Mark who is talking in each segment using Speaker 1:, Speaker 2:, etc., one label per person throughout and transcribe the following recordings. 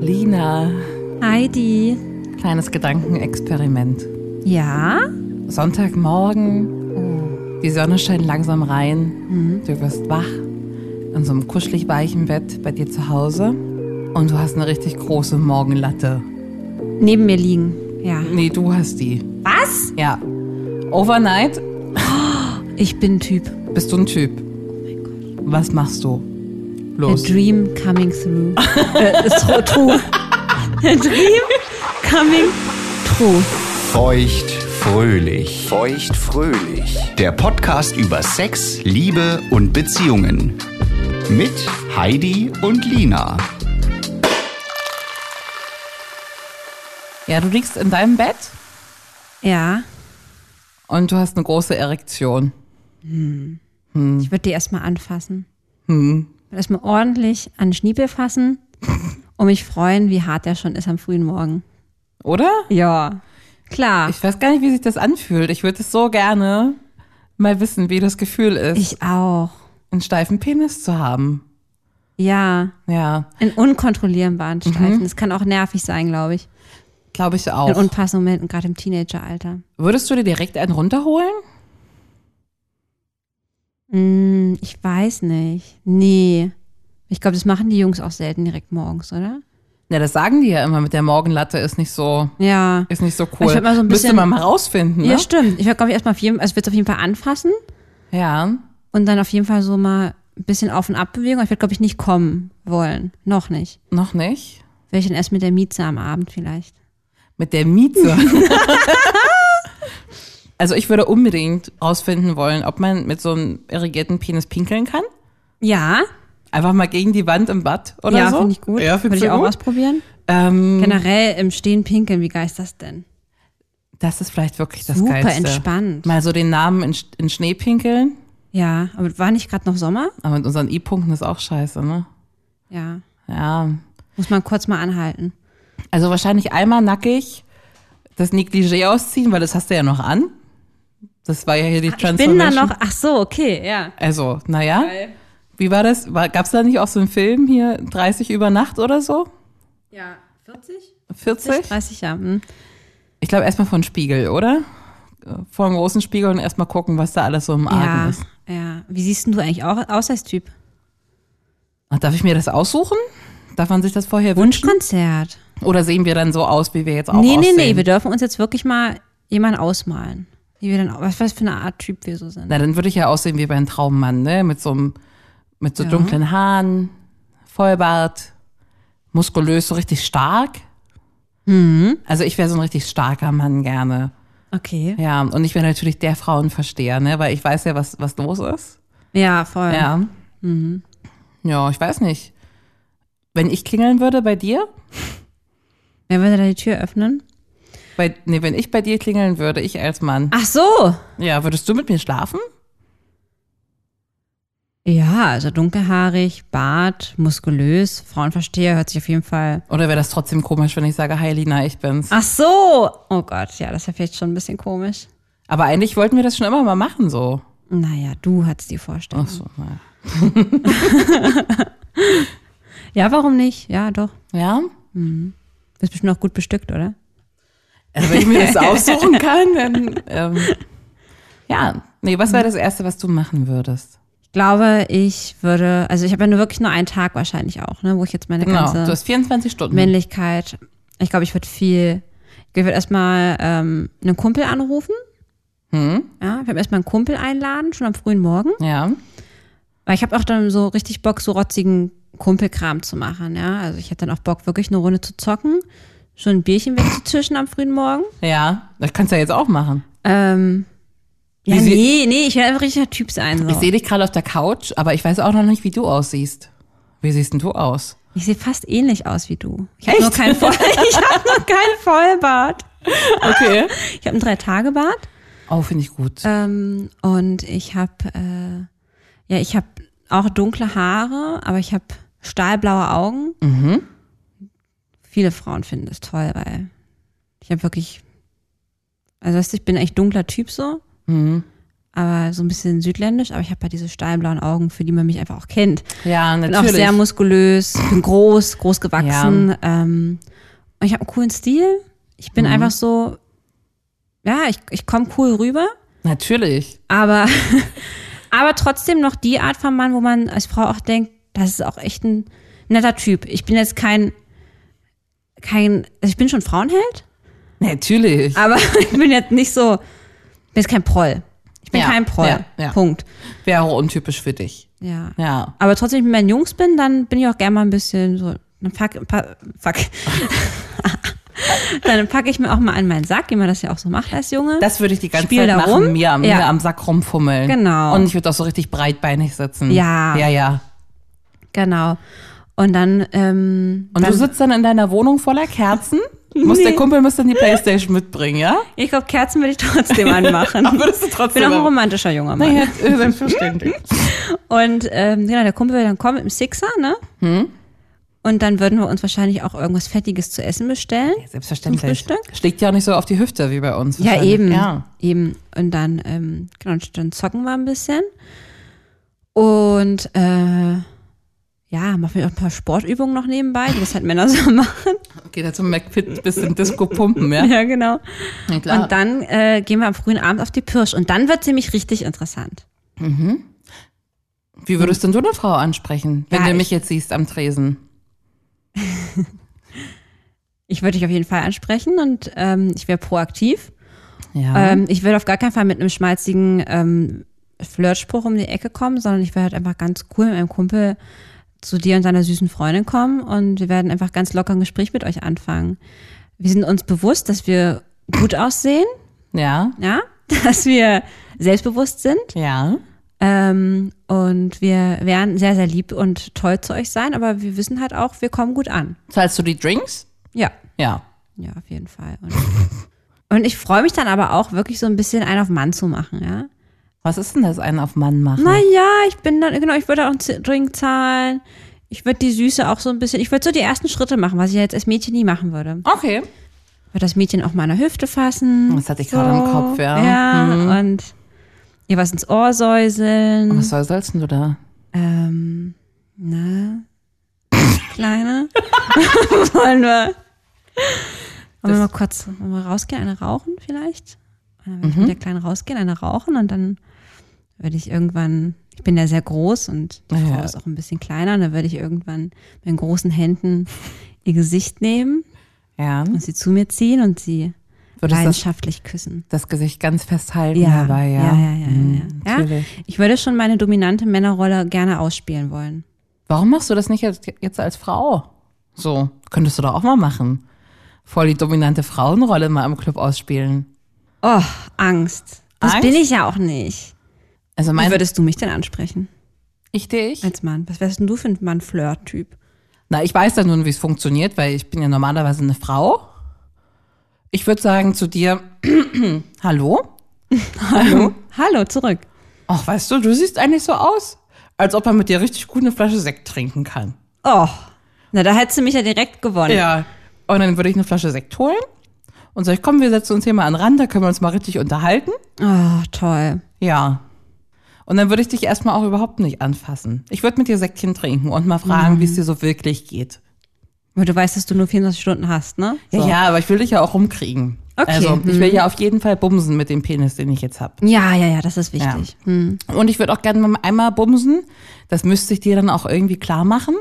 Speaker 1: Lina,
Speaker 2: Heidi.
Speaker 1: kleines Gedankenexperiment.
Speaker 2: Ja?
Speaker 1: Sonntagmorgen, die Sonne scheint langsam rein, du wirst wach in so einem kuschelig weichen Bett bei dir zu Hause und du hast eine richtig große Morgenlatte.
Speaker 2: Neben mir liegen. Ja.
Speaker 1: Nee, du hast die.
Speaker 2: Was?
Speaker 1: Ja. Overnight
Speaker 2: Ich bin Typ.
Speaker 1: bist du ein Typ. Was machst du?
Speaker 2: A
Speaker 1: Los.
Speaker 2: dream coming through. äh, ist tru- true. A dream coming true.
Speaker 3: Feucht fröhlich.
Speaker 4: Feucht fröhlich.
Speaker 3: Der Podcast über Sex, Liebe und Beziehungen. Mit Heidi und Lina.
Speaker 1: Ja, du liegst in deinem Bett
Speaker 2: Ja.
Speaker 1: und du hast eine große Erektion.
Speaker 2: Ich würde die erstmal anfassen. Hm. Erstmal ordentlich an den Schniebel fassen und mich freuen, wie hart der schon ist am frühen Morgen.
Speaker 1: Oder?
Speaker 2: Ja. Klar.
Speaker 1: Ich weiß gar nicht, wie sich das anfühlt. Ich würde es so gerne mal wissen, wie das Gefühl ist,
Speaker 2: Ich auch.
Speaker 1: einen steifen Penis zu haben.
Speaker 2: Ja.
Speaker 1: Ja,
Speaker 2: In unkontrollierbaren Streifen. Das kann auch nervig sein, glaube ich.
Speaker 1: glaube ich
Speaker 2: In
Speaker 1: auch.
Speaker 2: unpassenden Momenten, gerade im Teenageralter.
Speaker 1: Würdest du dir direkt einen runterholen?
Speaker 2: Hm, ich weiß nicht. Nee. Ich glaube, das machen die Jungs auch selten direkt morgens, oder?
Speaker 1: Ja, das sagen die ja immer mit der Morgenlatte ist nicht so,
Speaker 2: Ja.
Speaker 1: ist nicht so
Speaker 2: Ich
Speaker 1: cool.
Speaker 2: würd mal so ein
Speaker 1: Müsste
Speaker 2: bisschen-
Speaker 1: man mal rausfinden, ne?
Speaker 2: Ja, stimmt. Ich werde, glaube ich, erstmal auf jeden also ich würde es auf jeden Fall anfassen
Speaker 1: Ja.
Speaker 2: und dann auf jeden Fall so mal ein bisschen auf und ab bewegen. Aber Ich werde, glaube ich, nicht kommen wollen. Noch nicht.
Speaker 1: Noch nicht.
Speaker 2: Werde ich dann erst mit der Mieze am Abend vielleicht.
Speaker 1: Mit der Mieze. also ich würde unbedingt rausfinden wollen, ob man mit so einem irrigierten Penis pinkeln kann.
Speaker 2: Ja.
Speaker 1: Einfach mal gegen die Wand im Bad oder
Speaker 2: ja,
Speaker 1: so.
Speaker 2: finde ich gut.
Speaker 1: Ja, finde
Speaker 2: Würde
Speaker 1: ich
Speaker 2: ich auch
Speaker 1: gut.
Speaker 2: ausprobieren.
Speaker 1: Ähm,
Speaker 2: Generell im Stehen pinkeln, wie geil ist das denn?
Speaker 1: Das ist vielleicht wirklich das
Speaker 2: Super
Speaker 1: Geilste.
Speaker 2: entspannt.
Speaker 1: Mal so den Namen in, Sch- in Schnee pinkeln.
Speaker 2: Ja, aber war nicht gerade noch Sommer?
Speaker 1: Aber mit unseren I-Punkten ist auch scheiße, ne?
Speaker 2: Ja.
Speaker 1: Ja.
Speaker 2: Muss man kurz mal anhalten.
Speaker 1: Also wahrscheinlich einmal nackig das Negligé ausziehen, weil das hast du ja noch an. Das war ja hier die
Speaker 2: Ah, Ich bin
Speaker 1: Transformation.
Speaker 2: da noch. Ach so, okay, ja.
Speaker 1: Also, naja. Wie war das? War, gab's da nicht auch so einen Film hier, 30 über Nacht oder so?
Speaker 2: Ja, 40?
Speaker 1: 40?
Speaker 2: 30 Jahre. hm.
Speaker 1: Ich glaube erstmal vor den Spiegel, oder? Äh, Vor dem großen Spiegel und erstmal gucken, was da alles so im Argen
Speaker 2: Ja,
Speaker 1: ist.
Speaker 2: ja. Wie siehst denn du eigentlich auch aus als Typ?
Speaker 1: Ach, Ah, darf ich mir das aussuchen? Darf man sich das vorher wünschen?
Speaker 2: Konzert.
Speaker 1: Oder sehen wir dann so aus, wie wir jetzt auch
Speaker 2: nee, nee,
Speaker 1: aussehen?
Speaker 2: nee. Wir dürfen uns jetzt wirklich mal jemanden ausmalen. Wie wir dann, was, was für eine Art Typ wir so sind.
Speaker 1: Na, dann würde ich ja aussehen wie bei einem Traummann, ne? Mit so einem, mit so dunklen Haaren, Vollbart, muskulös, so richtig stark.
Speaker 2: Mhm.
Speaker 1: Also ich wäre so ein richtig starker Mann gerne.
Speaker 2: Okay.
Speaker 1: Ja, und ich wäre natürlich der Frauenversteher, ne? Weil ich weiß ja, was, was los ist.
Speaker 2: Ja, Mhm. voll.
Speaker 1: Ja. Ja, ich weiß nicht. Wenn ich klingeln würde bei dir,
Speaker 2: Wer würde da die Tür öffnen?
Speaker 1: bei, nee, wenn ich bei dir klingeln würde, ich als Mann,
Speaker 2: Ach so.
Speaker 1: ja, würdest du mit mir schlafen?
Speaker 2: Ja, also dunkelhaarig, Bart, muskulös, Frauenversteher hört sich auf jeden Fall.
Speaker 1: Oder wäre das trotzdem komisch, wenn ich sage, hi Lina, ich bin's?
Speaker 2: Ach so. Oh Gott, ja, das ist ja vielleicht schon ein bisschen komisch.
Speaker 1: Aber eigentlich wollten wir das schon immer mal machen, so.
Speaker 2: Naja, du hattest die Vorstellung.
Speaker 1: Ach so, naja.
Speaker 2: Ja, warum nicht? Ja, doch.
Speaker 1: Ja?
Speaker 2: Bist bestimmt auch gut bestückt, oder?
Speaker 1: Also wenn ich mir das aussuchen kann, dann. Ähm, ja. Nee, was wäre das Erste, was du machen würdest?
Speaker 2: Ich glaube, ich würde, also ich habe ja nur wirklich nur einen Tag wahrscheinlich auch, ne, wo ich jetzt meine
Speaker 1: Genau. Du
Speaker 2: ganze
Speaker 1: hast 24 Stunden.
Speaker 2: Männlichkeit, ich glaube, ich würde viel, ich würde erstmal ähm, einen Kumpel anrufen.
Speaker 1: Hm?
Speaker 2: Ja, ich würde erstmal einen Kumpel einladen, schon am frühen Morgen.
Speaker 1: ja.
Speaker 2: Weil ich habe auch dann so richtig Bock, so rotzigen Kumpelkram zu machen, ja. Also ich hätte dann auch Bock, wirklich eine Runde zu zocken, schon ein Bierchen wegzuzischen am frühen Morgen.
Speaker 1: Ja. Das kannst du ja jetzt auch machen.
Speaker 2: Ähm, ja,
Speaker 1: Wie sie-
Speaker 2: nee, nee, ich will einfach richtiger Typ sein. So.
Speaker 1: Ich sehe dich gerade auf der Couch, aber ich weiß auch noch nicht, wie du aussiehst. Wie siehst denn du aus?
Speaker 2: Ich sehe fast ähnlich aus wie du. Ich habe
Speaker 1: Echt?
Speaker 2: nur kein Voll ich hab nur kein Vollbart.
Speaker 1: Okay.
Speaker 2: Ich habe einen Drei-Tage-Bart
Speaker 1: Oh, finde ich gut.
Speaker 2: ähm, und ich habe äh, ja, ich habe auch dunkle Haare, aber ich habe stahlblaue Augen. Viele Frauen finden das toll, weil ich habe wirklich, also weißt du, ich bin echt dunkler Typ so, aber so ein bisschen südländisch, aber ich habe halt diese stahlblauen Augen, für die man mich einfach auch kennt.
Speaker 1: Ja,
Speaker 2: Bin auch
Speaker 1: natürlich.
Speaker 2: sehr muskulös, bin groß, groß gewachsen. Ähm, und ich habe einen coolen Stil. Ich
Speaker 1: Mhm.
Speaker 2: bin einfach so, ja, ich, ich komme cool rüber,
Speaker 1: natürlich.
Speaker 2: aber, aber trotzdem noch die Art von Mann, wo man als Frau auch denkt, das ist auch echt ein netter Typ. Ich bin jetzt kein, kein, also ich bin schon Frauenheld,
Speaker 1: Natürlich.
Speaker 2: aber ich bin jetzt nicht so, ich bin jetzt kein Proll. Ich bin
Speaker 1: Ja,
Speaker 2: kein Proll.
Speaker 1: ja, ja.
Speaker 2: Punkt.
Speaker 1: Wäre auch untypisch für dich.
Speaker 2: Ja.
Speaker 1: Ja.
Speaker 2: Aber trotzdem, wenn ich mit meinen Jungs bin, dann bin ich auch gerne mal ein bisschen so, dann pack, pa- fuck. dann packe ich mir auch mal an meinen Sack, wie man das ja auch so macht als Junge.
Speaker 1: Das würde ich die ganze
Speaker 2: Spiel
Speaker 1: Zeit
Speaker 2: da
Speaker 1: machen,
Speaker 2: rum?
Speaker 1: mir, am-
Speaker 2: Ja.
Speaker 1: mir am Sack rumfummeln.
Speaker 2: Genau.
Speaker 1: Und ich würde auch so richtig breitbeinig sitzen.
Speaker 2: Ja.
Speaker 1: Ja, ja.
Speaker 2: genau. Und dann, ähm,
Speaker 1: Und
Speaker 2: dann,
Speaker 1: du sitzt dann in deiner Wohnung voller Kerzen? Muss der Kumpel muss dann die Playstation mitbringen, ja?
Speaker 2: ich glaube, Kerzen will ich trotzdem anmachen.
Speaker 1: Aber würdest du
Speaker 2: ich bin
Speaker 1: trotzdem.
Speaker 2: auch ein romantischer junger Mann.
Speaker 1: ja, selbstverständlich.
Speaker 2: Und ähm, genau, der Kumpel will dann kommen mit dem Sixer, ne?
Speaker 1: Hm?
Speaker 2: Und dann würden wir uns wahrscheinlich auch irgendwas Fettiges zu essen bestellen.
Speaker 1: Selbstverständlich.
Speaker 2: Zum Frühstück?
Speaker 1: Schlägt ja auch nicht so auf die Hüfte wie bei uns.
Speaker 2: Ja,
Speaker 1: wahrscheinlich.
Speaker 2: eben.
Speaker 1: Ja.
Speaker 2: Eben. Und dann, ähm, genau, und dann zocken wir ein bisschen. Und äh, ja, machen wir auch ein paar Sportübungen noch nebenbei, die das halt Männer so machen.
Speaker 1: Geht ja zum McFit bisschen Disco pumpen, ja?
Speaker 2: Ja, genau.
Speaker 1: ja klar.
Speaker 2: Und dann äh, gehen wir am frühen Abend auf die Pirsch. Und dann wird nämlich richtig interessant.
Speaker 1: Wie würdest denn du eine Frau ansprechen, wenn
Speaker 2: Ja,
Speaker 1: du mich
Speaker 2: ich-
Speaker 1: jetzt siehst am Tresen?
Speaker 2: Ich würde dich auf jeden Fall ansprechen und ähm, ich wäre proaktiv.
Speaker 1: Ja.
Speaker 2: Ähm, ich würde auf gar keinen Fall mit einem schmalzigen ähm, Flirtspruch um die Ecke kommen, sondern ich werde halt einfach ganz cool mit meinem Kumpel zu dir und deiner süßen Freundin kommen und wir werden einfach ganz locker ein Gespräch mit euch anfangen. Wir sind uns bewusst, dass wir gut aussehen,
Speaker 1: ja.
Speaker 2: ja, dass wir selbstbewusst sind
Speaker 1: Ja.
Speaker 2: ähm, und wir werden sehr, sehr lieb und toll zu euch sein, aber wir wissen halt auch, wir kommen gut an.
Speaker 1: Zahlst du die Drinks?
Speaker 2: Ja.
Speaker 1: Ja.
Speaker 2: Ja, auf jeden Fall. Und, und ich freue mich dann aber auch wirklich so ein bisschen einen auf Mann zu machen, ja.
Speaker 1: Was ist denn das, einen auf Mann machen?
Speaker 2: Naja, ich bin dann, genau, ich würde auch einen Z- Drink zahlen. Ich würde die Süße auch so ein bisschen, ich würde so die ersten Schritte machen, was ich jetzt als Mädchen nie machen würde.
Speaker 1: Okay.
Speaker 2: Ich würde das Mädchen auch mal an der Hüfte fassen.
Speaker 1: Das hatte ich gerade im Kopf, ja. Mhm.
Speaker 2: Ja, und ihr was ins Ohr säuseln.
Speaker 1: Was soll sollst denn du da?
Speaker 2: Ähm, na, Kleine, wollen wir. Wollen wir mal kurz wollen wir rausgehen, eine rauchen vielleicht? Und Dann würde
Speaker 1: Mhm.
Speaker 2: ich mit der Kleinen rausgehen, eine rauchen und dann würde ich irgendwann, ich bin ja sehr groß und die
Speaker 1: Ja.
Speaker 2: Frau ist auch ein bisschen kleiner, und dann würde ich irgendwann mit den großen Händen ihr Gesicht nehmen
Speaker 1: Ja.
Speaker 2: und sie zu mir ziehen und sie
Speaker 1: Würdest das,
Speaker 2: leidenschaftlich küssen.
Speaker 1: das Gesicht ganz festhalten dabei, ja.
Speaker 2: ja, ja, ja.
Speaker 1: Mhm,
Speaker 2: ja, ja. ja.
Speaker 1: natürlich.
Speaker 2: Ich würde schon meine dominante Männerrolle gerne ausspielen wollen.
Speaker 1: Warum machst du das nicht jetzt, jetzt als Frau? So, könntest du doch auch mal machen. Voll die dominante Frauenrolle mal im Club ausspielen.
Speaker 2: Oh, Angst. Das
Speaker 1: Angst?
Speaker 2: bin ich ja auch nicht.
Speaker 1: Also
Speaker 2: Wie
Speaker 1: mein,
Speaker 2: würdest du mich denn ansprechen
Speaker 1: ich dich?
Speaker 2: als Mann? Was wärst denn du für ein Mann-Flirt-Typ?
Speaker 1: Na, ich weiß ja nun, wie es funktioniert, weil ich bin ja normalerweise eine Frau. Ich würde sagen zu dir, hallo?
Speaker 2: Hallo? Hallo, zurück.
Speaker 1: Ach, weißt du, du siehst eigentlich so aus, als ob man mit dir richtig gut eine Flasche Sekt trinken kann.
Speaker 2: Oh, na, da hättest du mich ja direkt gewonnen.
Speaker 1: Ja. Und dann würde ich eine Flasche Sekt holen und sag ich, komm, wir setzen uns hier mal an den Rand, da können wir uns mal richtig unterhalten.
Speaker 2: Oh, toll.
Speaker 1: Ja. Und dann würde ich dich erstmal auch überhaupt nicht anfassen. Ich würde mit dir Säckchen trinken und mal fragen, wie es dir so wirklich geht.
Speaker 2: Aber du weißt, dass du nur 24 Stunden hast, ne?
Speaker 1: Ja, ja, aber ich will dich ja auch rumkriegen.
Speaker 2: Okay.
Speaker 1: Also, ich will ja auf jeden Fall bumsen mit dem Penis, den ich jetzt habe.
Speaker 2: Ja, ja, ja, das ist wichtig. Hm.
Speaker 1: Und ich würde auch gerne mal einmal bumsen. Das müsste ich dir dann auch irgendwie klar machen.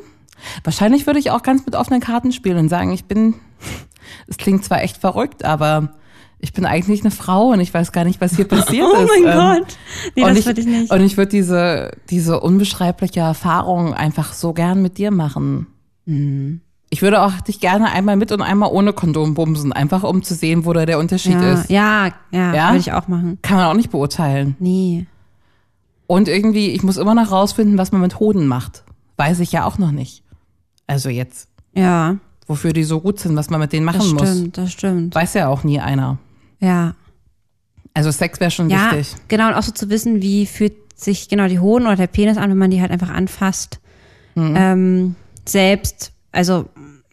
Speaker 1: Wahrscheinlich würde ich auch ganz mit offenen Karten spielen und sagen, ich bin, es klingt zwar echt verrückt, aber ich bin eigentlich eine Frau und ich weiß gar nicht, was hier passiert
Speaker 2: Oh
Speaker 1: ist.
Speaker 2: mein
Speaker 1: Ähm,
Speaker 2: Gott. Nee,
Speaker 1: und
Speaker 2: das würde ich nicht.
Speaker 1: Und ich würde diese, diese unbeschreibliche Erfahrung einfach so gern mit dir machen.
Speaker 2: Mhm.
Speaker 1: Ich würde auch dich gerne einmal mit und einmal ohne Kondom bumsen, einfach um zu sehen, wo da der Unterschied
Speaker 2: ja,
Speaker 1: ist.
Speaker 2: ja, ja,
Speaker 1: Ja?
Speaker 2: würde ich auch machen.
Speaker 1: Kann man auch nicht beurteilen.
Speaker 2: Nee.
Speaker 1: Und irgendwie, ich muss immer noch rausfinden, was man mit Hoden macht. Weiß ich ja auch noch nicht. Also jetzt,
Speaker 2: Ja,
Speaker 1: wofür die so gut sind, was man mit denen
Speaker 2: das
Speaker 1: machen muss.
Speaker 2: stimmt, das stimmt.
Speaker 1: Weiß ja auch nie einer.
Speaker 2: Ja.
Speaker 1: Also Sex wäre schon
Speaker 2: Ja,
Speaker 1: wichtig.
Speaker 2: genau. Und auch so zu wissen, wie fühlt sich genau die Hoden oder der Penis an, wenn man die halt einfach anfasst.
Speaker 1: Mhm.
Speaker 2: Ähm, selbst, also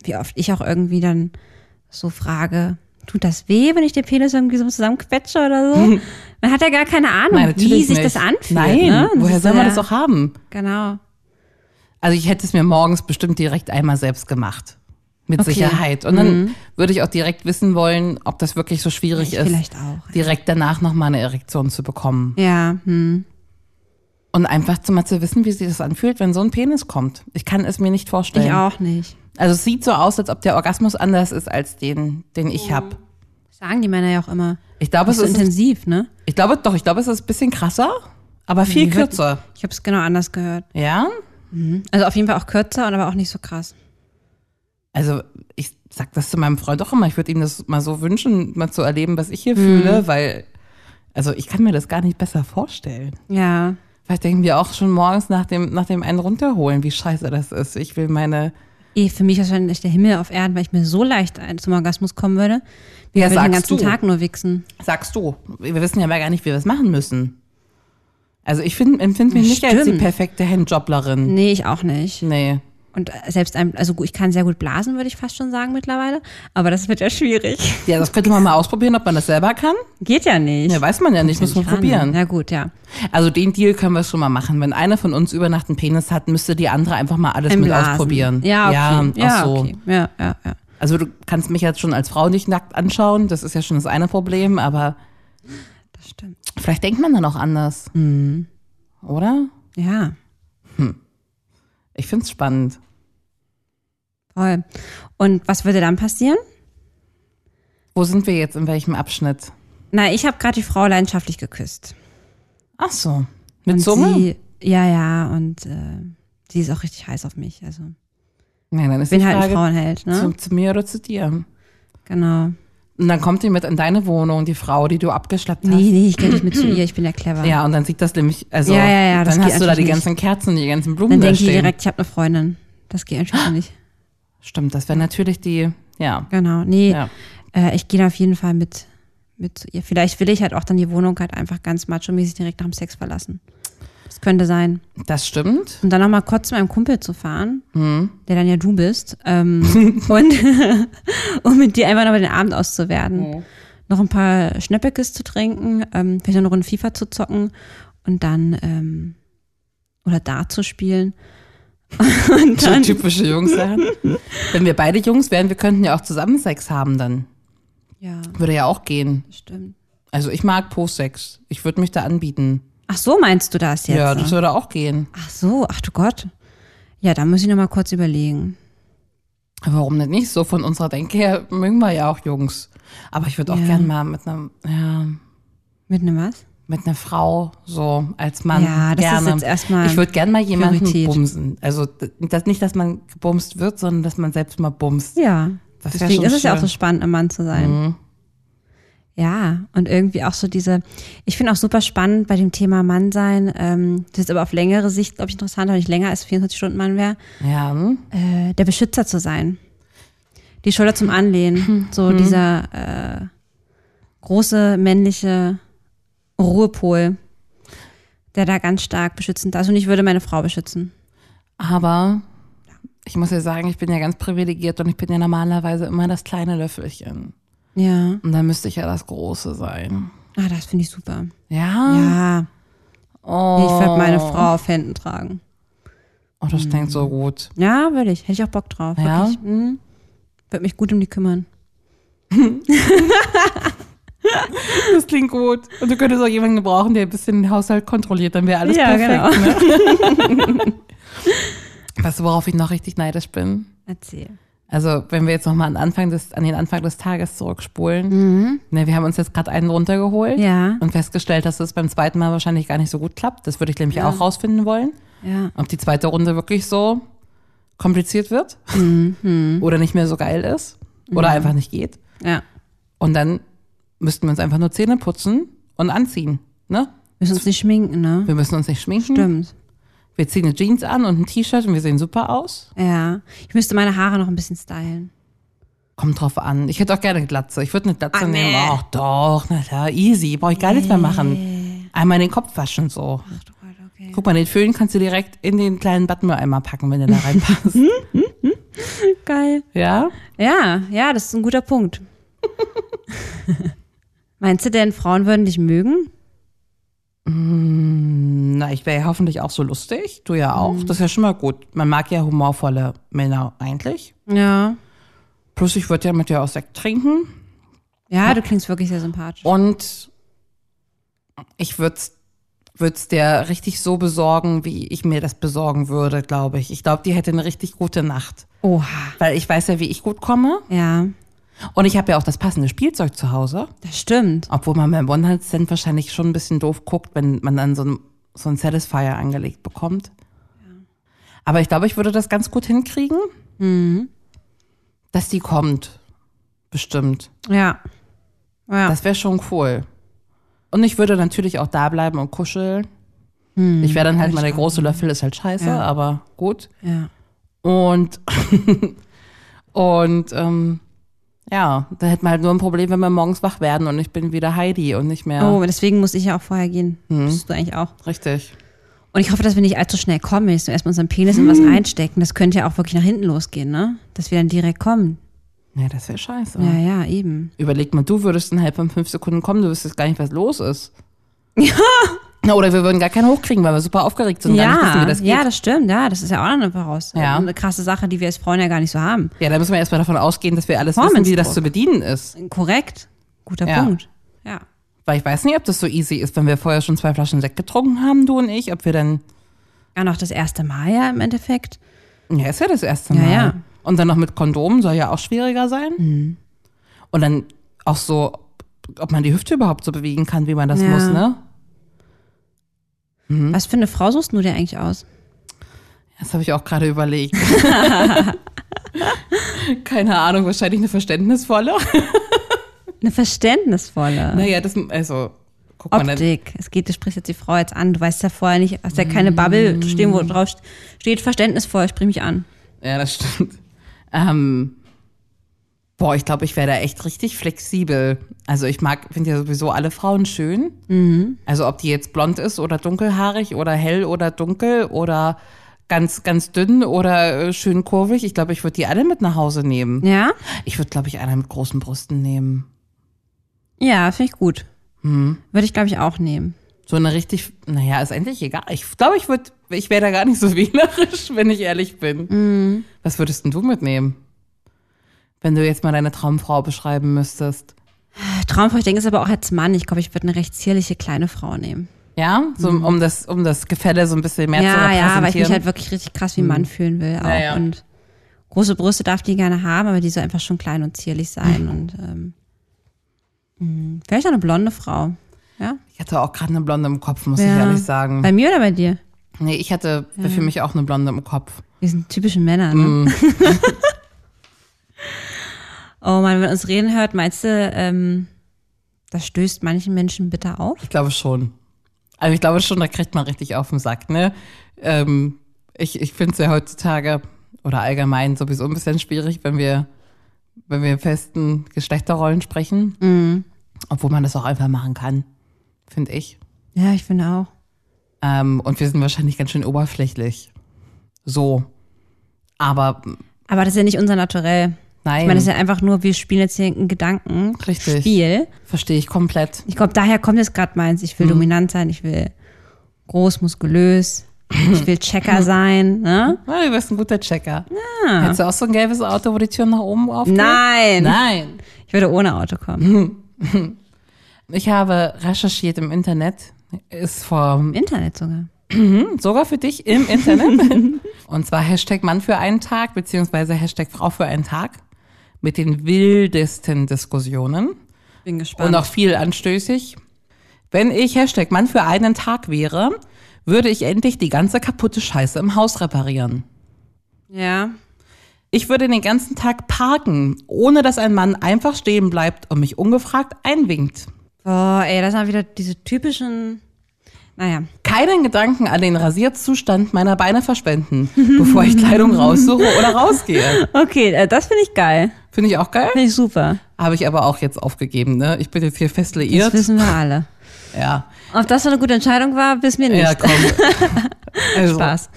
Speaker 2: wie oft ich auch irgendwie dann so frage, tut das weh, wenn ich den Penis irgendwie so zusammenquetsche oder so? Man hat ja gar keine Ahnung,
Speaker 1: Nein, natürlich
Speaker 2: Hm, wie sich
Speaker 1: nicht.
Speaker 2: das anfühlt.
Speaker 1: Nein,
Speaker 2: ne? Das
Speaker 1: woher
Speaker 2: ist
Speaker 1: soll man
Speaker 2: ja-
Speaker 1: das auch haben?
Speaker 2: Genau.
Speaker 1: Also ich hätte es mir morgens bestimmt direkt einmal selbst gemacht. Mit
Speaker 2: Okay. Mhm.
Speaker 1: Sicherheit. Und dann würde ich auch direkt wissen wollen, ob das wirklich so schwierig
Speaker 2: Ich
Speaker 1: ist,
Speaker 2: vielleicht auch.
Speaker 1: direkt danach nochmal eine Erektion zu bekommen.
Speaker 2: Ja, hm.
Speaker 1: Und einfach zu mal zu wissen, wie sich das anfühlt, wenn so ein Penis kommt. Ich kann es mir nicht vorstellen.
Speaker 2: ich auch nicht.
Speaker 1: Also es sieht so aus, als ob der Orgasmus anders ist als den, den ich habe.
Speaker 2: Sagen die Männer ja auch immer.
Speaker 1: Ich glaube,
Speaker 2: Das
Speaker 1: es
Speaker 2: ist so
Speaker 1: ist,
Speaker 2: Mhm. intensiv, ne?
Speaker 1: ich glaube, doch, ich glaube, es ist ein bisschen krasser, aber viel
Speaker 2: Ich hab-
Speaker 1: kürzer.
Speaker 2: Ich habe es genau anders gehört.
Speaker 1: Ja?
Speaker 2: Also auf jeden Fall auch kürzer und aber auch nicht so krass.
Speaker 1: Also ich sag das zu meinem Freund auch immer. Ich würde ihm das mal so wünschen, mal zu erleben, was
Speaker 2: Mhm.
Speaker 1: ich hier fühle, weil, also ich kann mir das gar nicht besser vorstellen.
Speaker 2: Ja,
Speaker 1: Vielleicht denken wir auch schon morgens nach dem, nach dem einen runterholen, wie scheiße das ist. Ich will meine,
Speaker 2: eh, für mich wahrscheinlich der Himmel auf Erden, weil ich mir so leicht ein- zum Orgasmus kommen würde.
Speaker 1: ja,
Speaker 2: Ich würde den
Speaker 1: sagst
Speaker 2: ganzen
Speaker 1: du,
Speaker 2: Tag nur wichsen.
Speaker 1: sagst du. Wir wissen ja mal gar nicht, wie wir das machen müssen. Also ich find, empfinde mich nicht als die
Speaker 2: Stimmt.
Speaker 1: perfekte Handjoblerin.
Speaker 2: Nee, ich auch nicht.
Speaker 1: Nee.
Speaker 2: Und äh, selbst ein, also gut, ich kann sehr gut blasen, würde ich fast schon sagen mittlerweile. Aber das wird ja schwierig.
Speaker 1: Ja, das könnte man mal ausprobieren, ob man das selber kann.
Speaker 2: Geht ja nicht.
Speaker 1: Ja, weiß man ja nicht, muss man
Speaker 2: Nicht ran.
Speaker 1: probieren.
Speaker 2: Na gut, ja.
Speaker 1: Also den Deal können wir schon mal machen. Wenn einer von uns über Nacht einen Penis hat, müsste die andere einfach mal alles
Speaker 2: Ein
Speaker 1: mit
Speaker 2: Blasen.
Speaker 1: ausprobieren.
Speaker 2: Ja, okay.
Speaker 1: Ja, ach so.
Speaker 2: okay. ja, ja, ja.
Speaker 1: Also du kannst mich jetzt schon als Frau nicht nackt anschauen, das ist ja schon das eine Problem, aber
Speaker 2: Das stimmt.
Speaker 1: vielleicht denkt man dann auch anders.
Speaker 2: Mhm.
Speaker 1: Oder?
Speaker 2: Ja,
Speaker 1: Ich find's spannend.
Speaker 2: voll. Und was würde dann passieren?
Speaker 1: Wo sind wir jetzt, in welchem Abschnitt?
Speaker 2: Na, ich habe gerade die Frau leidenschaftlich geküsst.
Speaker 1: Ach so, mit
Speaker 2: und
Speaker 1: Zunge?
Speaker 2: Sie, ja, ja, und äh, die ist auch richtig heiß auf mich. Also
Speaker 1: Nein, dann ist
Speaker 2: bin
Speaker 1: die
Speaker 2: halt ein
Speaker 1: Frage
Speaker 2: Frauenheld, ne?
Speaker 1: zu, zu mir oder zu dir.
Speaker 2: genau.
Speaker 1: Und dann kommt die mit in deine Wohnung, die Frau, die du abgeschleppt hast.
Speaker 2: Nee, nee, ich gehe nicht mit zu ihr, ich bin ja clever.
Speaker 1: Ja, und dann sieht das nämlich, also
Speaker 2: Ja, ja, ja, das
Speaker 1: dann
Speaker 2: geht
Speaker 1: hast du da die
Speaker 2: natürlich
Speaker 1: ganzen Kerzen, die ganzen Blumen
Speaker 2: Dann
Speaker 1: da
Speaker 2: denke ich
Speaker 1: stehen.
Speaker 2: direkt, ich habe eine Freundin. Das geht einfach nicht.
Speaker 1: Stimmt, das wäre natürlich die, ja.
Speaker 2: Genau. Nee,
Speaker 1: Ja.
Speaker 2: äh, ich gehe da auf jeden Fall mit, mit zu ihr. Vielleicht will ich halt auch dann die Wohnung halt einfach ganz macho-mäßig direkt nach dem Sex verlassen. Das könnte sein.
Speaker 1: Das stimmt.
Speaker 2: Und dann nochmal kurz zu meinem Kumpel zu fahren,
Speaker 1: Mhm.
Speaker 2: der dann ja du bist, ähm, und, und mit dir einfach nochmal den Abend
Speaker 1: Mhm.
Speaker 2: auszuwerten. Noch ein paar Schnäppekes zu trinken, ähm, vielleicht noch eine Runde FIFA zu zocken und dann, ähm, oder Dart zu spielen. Und
Speaker 1: So
Speaker 2: dann,
Speaker 1: typische Jungs werden. Wenn wir beide Jungs wären, wir könnten ja auch zusammen Sex haben dann.
Speaker 2: ja,
Speaker 1: Würde ja auch gehen.
Speaker 2: das stimmt.
Speaker 1: Also ich mag Post-Sex. Ich würde mich da anbieten.
Speaker 2: Ach so, meinst du das jetzt?
Speaker 1: Ja, das würde auch gehen.
Speaker 2: Ach so, ach du Gott. Ja, da muss ich nochmal kurz überlegen.
Speaker 1: Warum denn nicht? So von unserer Denke her mögen wir ja auch Jungs. Aber ich würde auch
Speaker 2: Ja.
Speaker 1: gern mal mit einer, ja,
Speaker 2: Mit einem was?
Speaker 1: mit einer Frau so als Mann
Speaker 2: Ja, das ist
Speaker 1: gerne.
Speaker 2: jetzt erstmal
Speaker 1: ich würde gern mal jemanden
Speaker 2: Priorität.
Speaker 1: bumsen. Also das, nicht, dass man gebumst wird, sondern dass man selbst mal bumst.
Speaker 2: Ja.
Speaker 1: Das wär
Speaker 2: Deswegen
Speaker 1: schon
Speaker 2: ist es ja auch
Speaker 1: schön. Mhm.
Speaker 2: so spannend, ein Mann zu sein. Ja, und irgendwie auch so diese, ich finde auch super spannend bei dem Thema Mann sein, ähm, das ist aber auf längere Sicht, glaube ich, interessant, wenn ich länger als 24 Stunden Mann wäre,
Speaker 1: Ja, hm?
Speaker 2: äh, der Beschützer zu sein. Die Schulter zum
Speaker 1: Mhm.
Speaker 2: Anlehnen, so dieser äh, große männliche Ruhepol, der da ganz stark beschützend da ist. Und ich würde meine Frau beschützen.
Speaker 1: Aber ich muss ja sagen, ich bin ja ganz privilegiert und ich bin ja normalerweise immer das kleine Löffelchen.
Speaker 2: Ja.
Speaker 1: Und dann müsste ich ja das große sein.
Speaker 2: Ah, das finde ich super.
Speaker 1: Ja? Ah.
Speaker 2: Ja.
Speaker 1: Oh.
Speaker 2: Ich würde meine Frau auf Händen tragen.
Speaker 1: Oh, das klingt so gut.
Speaker 2: Ja, würde ich. Hätte ich auch Bock drauf.
Speaker 1: Ja?
Speaker 2: Wirklich. Mhm. Würde mich gut um die kümmern.
Speaker 1: Das klingt gut. Und du könntest auch jemanden gebrauchen, der ein bisschen den Haushalt kontrolliert, dann wäre alles
Speaker 2: Ja,
Speaker 1: perfekt. Ne? weißt du, worauf ich noch richtig neidisch bin?
Speaker 2: Erzähl.
Speaker 1: Also, wenn wir jetzt nochmal an, Anfang des- an den Anfang des Tages zurückspulen. Ne, wir haben uns jetzt gerade einen runtergeholt
Speaker 2: Mhm. Ja.
Speaker 1: und festgestellt, dass es beim zweiten Mal wahrscheinlich gar nicht so gut klappt. Das würde ich nämlich auch rausfinden wollen.
Speaker 2: Ja.
Speaker 1: ob die zweite Runde wirklich so kompliziert wird
Speaker 2: Mhm.
Speaker 1: oder nicht mehr so geil ist oder einfach nicht geht.
Speaker 2: Ja.
Speaker 1: Und dann müssten wir uns einfach nur Zähne putzen und anziehen. Ne?
Speaker 2: Müssen uns nicht schminken, ne?
Speaker 1: Wir müssen uns nicht schminken.
Speaker 2: Stimmt.
Speaker 1: Wir ziehen eine Jeans an und ein T-Shirt und wir sehen super aus.
Speaker 2: Ja. Ich müsste meine Haare noch ein bisschen stylen.
Speaker 1: Kommt drauf an. Ich hätte auch gerne eine Glatze. Ich würde eine Glatze
Speaker 2: Ah,
Speaker 1: nehmen.
Speaker 2: nee.
Speaker 1: Ach doch, na klar, easy. Brauche ich gar nichts mehr machen. Einmal den Kopf waschen so.
Speaker 2: Ach du Gott, okay.
Speaker 1: Guck mal, den Föhn kannst du direkt in den kleinen Badmülleimer packen, wenn der da reinpasst.
Speaker 2: Geil.
Speaker 1: ja?
Speaker 2: Ja, ja, das ist ein guter Punkt. Meinst du denn, Frauen würden dich mögen?
Speaker 1: Na, ich wäre ja hoffentlich auch so lustig. Du ja
Speaker 2: Mhm.
Speaker 1: auch. Das ist ja schon mal gut. Man mag ja humorvolle Männer eigentlich.
Speaker 2: Ja.
Speaker 1: Plus, ich würde ja mit dir auch Sekt trinken.
Speaker 2: Ja, du klingst wirklich sehr sympathisch.
Speaker 1: Und ich würde es dir richtig so besorgen, wie ich mir das besorgen würde, glaube ich. Ich glaube, die hätte eine richtig gute Nacht.
Speaker 2: Oha.
Speaker 1: Weil ich weiß ja, wie ich gut komme.
Speaker 2: Ja,
Speaker 1: Und ich habe ja auch das passende Spielzeug zu Hause.
Speaker 2: das stimmt.
Speaker 1: Obwohl man beim One-Night-Stand wahrscheinlich schon ein bisschen doof guckt, wenn man dann so ein, so ein Satisfier angelegt bekommt. Aber ich glaube, ich würde das ganz gut hinkriegen, dass die kommt. Bestimmt.
Speaker 2: Ja. Ja.
Speaker 1: Das wäre schon cool. Und ich würde natürlich auch da bleiben und kuscheln. Ich wäre dann halt mal der große Löffel, ist halt scheiße,
Speaker 2: Ja.
Speaker 1: aber gut.
Speaker 2: ja.
Speaker 1: Und, und ähm, ja, da hätten wir halt nur ein Problem, wenn wir morgens wach werden und ich bin wieder Heidi und nicht mehr.
Speaker 2: Oh, deswegen muss ich ja auch vorher gehen. Bist du eigentlich auch.
Speaker 1: Richtig.
Speaker 2: Und ich hoffe, dass wir nicht allzu schnell kommen, wenn ich so erstmal unseren Penis in was reinstecken. Das könnte ja auch wirklich nach hinten losgehen, ne? Dass wir dann direkt kommen.
Speaker 1: Ja, das wäre scheiße.
Speaker 2: Ja, ja, eben.
Speaker 1: Überleg mal, du würdest innerhalb von fünf Sekunden kommen, du wüsstest gar nicht, was los ist. Ja. Oder wir würden gar keinen hochkriegen, weil wir super aufgeregt sind und gar nicht wissen,
Speaker 2: ja,
Speaker 1: wie das geht.
Speaker 2: ja, das stimmt. Ja, das ist ja auch noch eine Voraus.
Speaker 1: Ja.
Speaker 2: Eine krasse Sache, die wir als Frauen ja gar nicht so haben.
Speaker 1: Ja, da müssen wir erstmal davon ausgehen, dass wir alles wissen, wie das
Speaker 2: Performance-Druck.
Speaker 1: zu bedienen ist.
Speaker 2: Korrekt. Guter
Speaker 1: Ja.
Speaker 2: Punkt. Ja.
Speaker 1: Weil ich weiß nicht, ob das so easy ist, wenn wir vorher schon zwei Flaschen Sekt getrunken haben, du und ich, ob wir dann,
Speaker 2: Ja, noch das erste Mal ja im Endeffekt.
Speaker 1: ja, ist ja das erste
Speaker 2: Ja,
Speaker 1: Mal.
Speaker 2: ja. Mhm.
Speaker 1: Und dann noch mit Kondomen soll ja auch schwieriger sein. Und dann auch so, ob man die Hüfte überhaupt so bewegen kann, wie man das
Speaker 2: Ja.
Speaker 1: muss, ne?
Speaker 2: Was für eine Frau suchst du dir eigentlich aus?
Speaker 1: Das habe ich auch gerade überlegt. Keine Ahnung, wahrscheinlich eine verständnisvolle.
Speaker 2: Eine verständnisvolle.
Speaker 1: Naja, das, also, guck mal, dann,
Speaker 2: Optik. Es geht, du sprichst jetzt die Frau jetzt an. Du weißt ja vorher nicht, hast ja keine Bubble stehen, wo drauf steht, verständnisvoll, sprich mich an.
Speaker 1: ja, das stimmt. Ähm, boah, ich glaube, ich wäre da echt richtig flexibel. Also ich mag, finde ja sowieso alle Frauen schön. Also ob die jetzt blond ist oder dunkelhaarig oder hell oder dunkel oder ganz, ganz dünn oder äh, schön kurvig. Ich glaube, ich würde die alle mit nach Hause nehmen.
Speaker 2: Ja?
Speaker 1: Ich würde, glaube ich, einer mit großen Brüsten nehmen.
Speaker 2: Ja, finde ich gut. Würde ich, glaube ich, auch nehmen.
Speaker 1: So eine richtig, naja, ist eigentlich egal. Ich glaube, ich würde, ich wäre da gar nicht so wählerisch, wenn ich ehrlich bin. Was würdest denn du mitnehmen? Wenn du jetzt mal deine Traumfrau beschreiben müsstest.
Speaker 2: Traumfrau, ich denke, ist aber auch als Mann. Ich glaube, ich würde eine recht zierliche kleine Frau nehmen.
Speaker 1: Ja, so, um, das, um das Gefälle so ein bisschen mehr zu
Speaker 2: Mhm. ja,
Speaker 1: repräsentieren.
Speaker 2: ja, weil ich mich halt wirklich richtig krass wie ein Mann fühlen will. Auch.
Speaker 1: Hm. Ja, ja.
Speaker 2: Und große Brüste darf die gerne haben, aber die soll einfach schon klein und zierlich sein. Und ähm, mh, vielleicht auch eine blonde Frau. Ja?
Speaker 1: ich hatte auch gerade eine Blonde im Kopf, muss
Speaker 2: halt Ja.
Speaker 1: ich ehrlich sagen.
Speaker 2: Bei mir oder bei dir?
Speaker 1: Nee, ich hatte für mich auch eine Blonde im Kopf.
Speaker 2: Wir sind typische Männer, ne?
Speaker 1: Mhm.
Speaker 2: oh man, wenn man uns reden hört, meinst du, ähm, das stößt manchen Menschen bitter auf?
Speaker 1: Ich glaube schon. Also ich glaube schon, da kriegt man richtig auf den Sack, ne? Ähm, ich ich finde es ja heutzutage oder allgemein sowieso ein bisschen schwierig, wenn wir, wenn wir in festen Geschlechterrollen sprechen.
Speaker 2: Mhm.
Speaker 1: Obwohl man das auch einfach machen kann, finde ich.
Speaker 2: Ja, ich finde auch.
Speaker 1: Ähm, und wir sind wahrscheinlich ganz schön oberflächlich. So. Aber
Speaker 2: Aber das ist ja nicht unser Naturell.
Speaker 1: nein,
Speaker 2: Ich meine, das ist ja einfach nur, wir spielen jetzt hier ein Gedankenspiel.
Speaker 1: verstehe ich komplett.
Speaker 2: Ich glaube, daher kommt jetzt gerade meins. Ich will dominant sein, ich will groß, muskulös, ich will Checker sein. Ne?
Speaker 1: Ah, du bist ein guter Checker. Ja. Hättest du auch so ein gelbes Auto, wo die Türen nach oben aufgeht?
Speaker 2: Ah. Nein.
Speaker 1: Nein.
Speaker 2: Ich würde ohne Auto kommen.
Speaker 1: Ich habe recherchiert im Internet, ist vor, hm,
Speaker 2: Im Internet sogar.
Speaker 1: sogar für dich im Internet. und zwar Hashtag Mann für einen Tag, beziehungsweise Hashtag Frau für einen Tag. Mit den wildesten Diskussionen
Speaker 2: Bin
Speaker 1: und
Speaker 2: gespannt.
Speaker 1: auch viel anstößig. Wenn ich Hashtag Mann für einen Tag wäre, würde ich endlich die ganze kaputte Scheiße im Haus reparieren.
Speaker 2: ja.
Speaker 1: Ich würde den ganzen Tag parken, ohne dass ein Mann einfach stehen bleibt und mich ungefragt einwinkt.
Speaker 2: Boah, ey, das sind wieder diese typischen. Naja.
Speaker 1: keinen Gedanken an den Rasierzustand meiner Beine verschwenden, bevor ich Kleidung raussuche oder rausgehe.
Speaker 2: Okay, äh, das finde ich geil.
Speaker 1: Finde ich auch geil.
Speaker 2: Finde ich super.
Speaker 1: Habe ich aber auch jetzt aufgegeben, ne? Ich bin jetzt hier fest
Speaker 2: Das
Speaker 1: liiert.
Speaker 2: wissen wir alle.
Speaker 1: Ja.
Speaker 2: Ob das so eine gute Entscheidung war, wissen wir nicht.
Speaker 1: Ja, komm. Also,
Speaker 2: Spaß.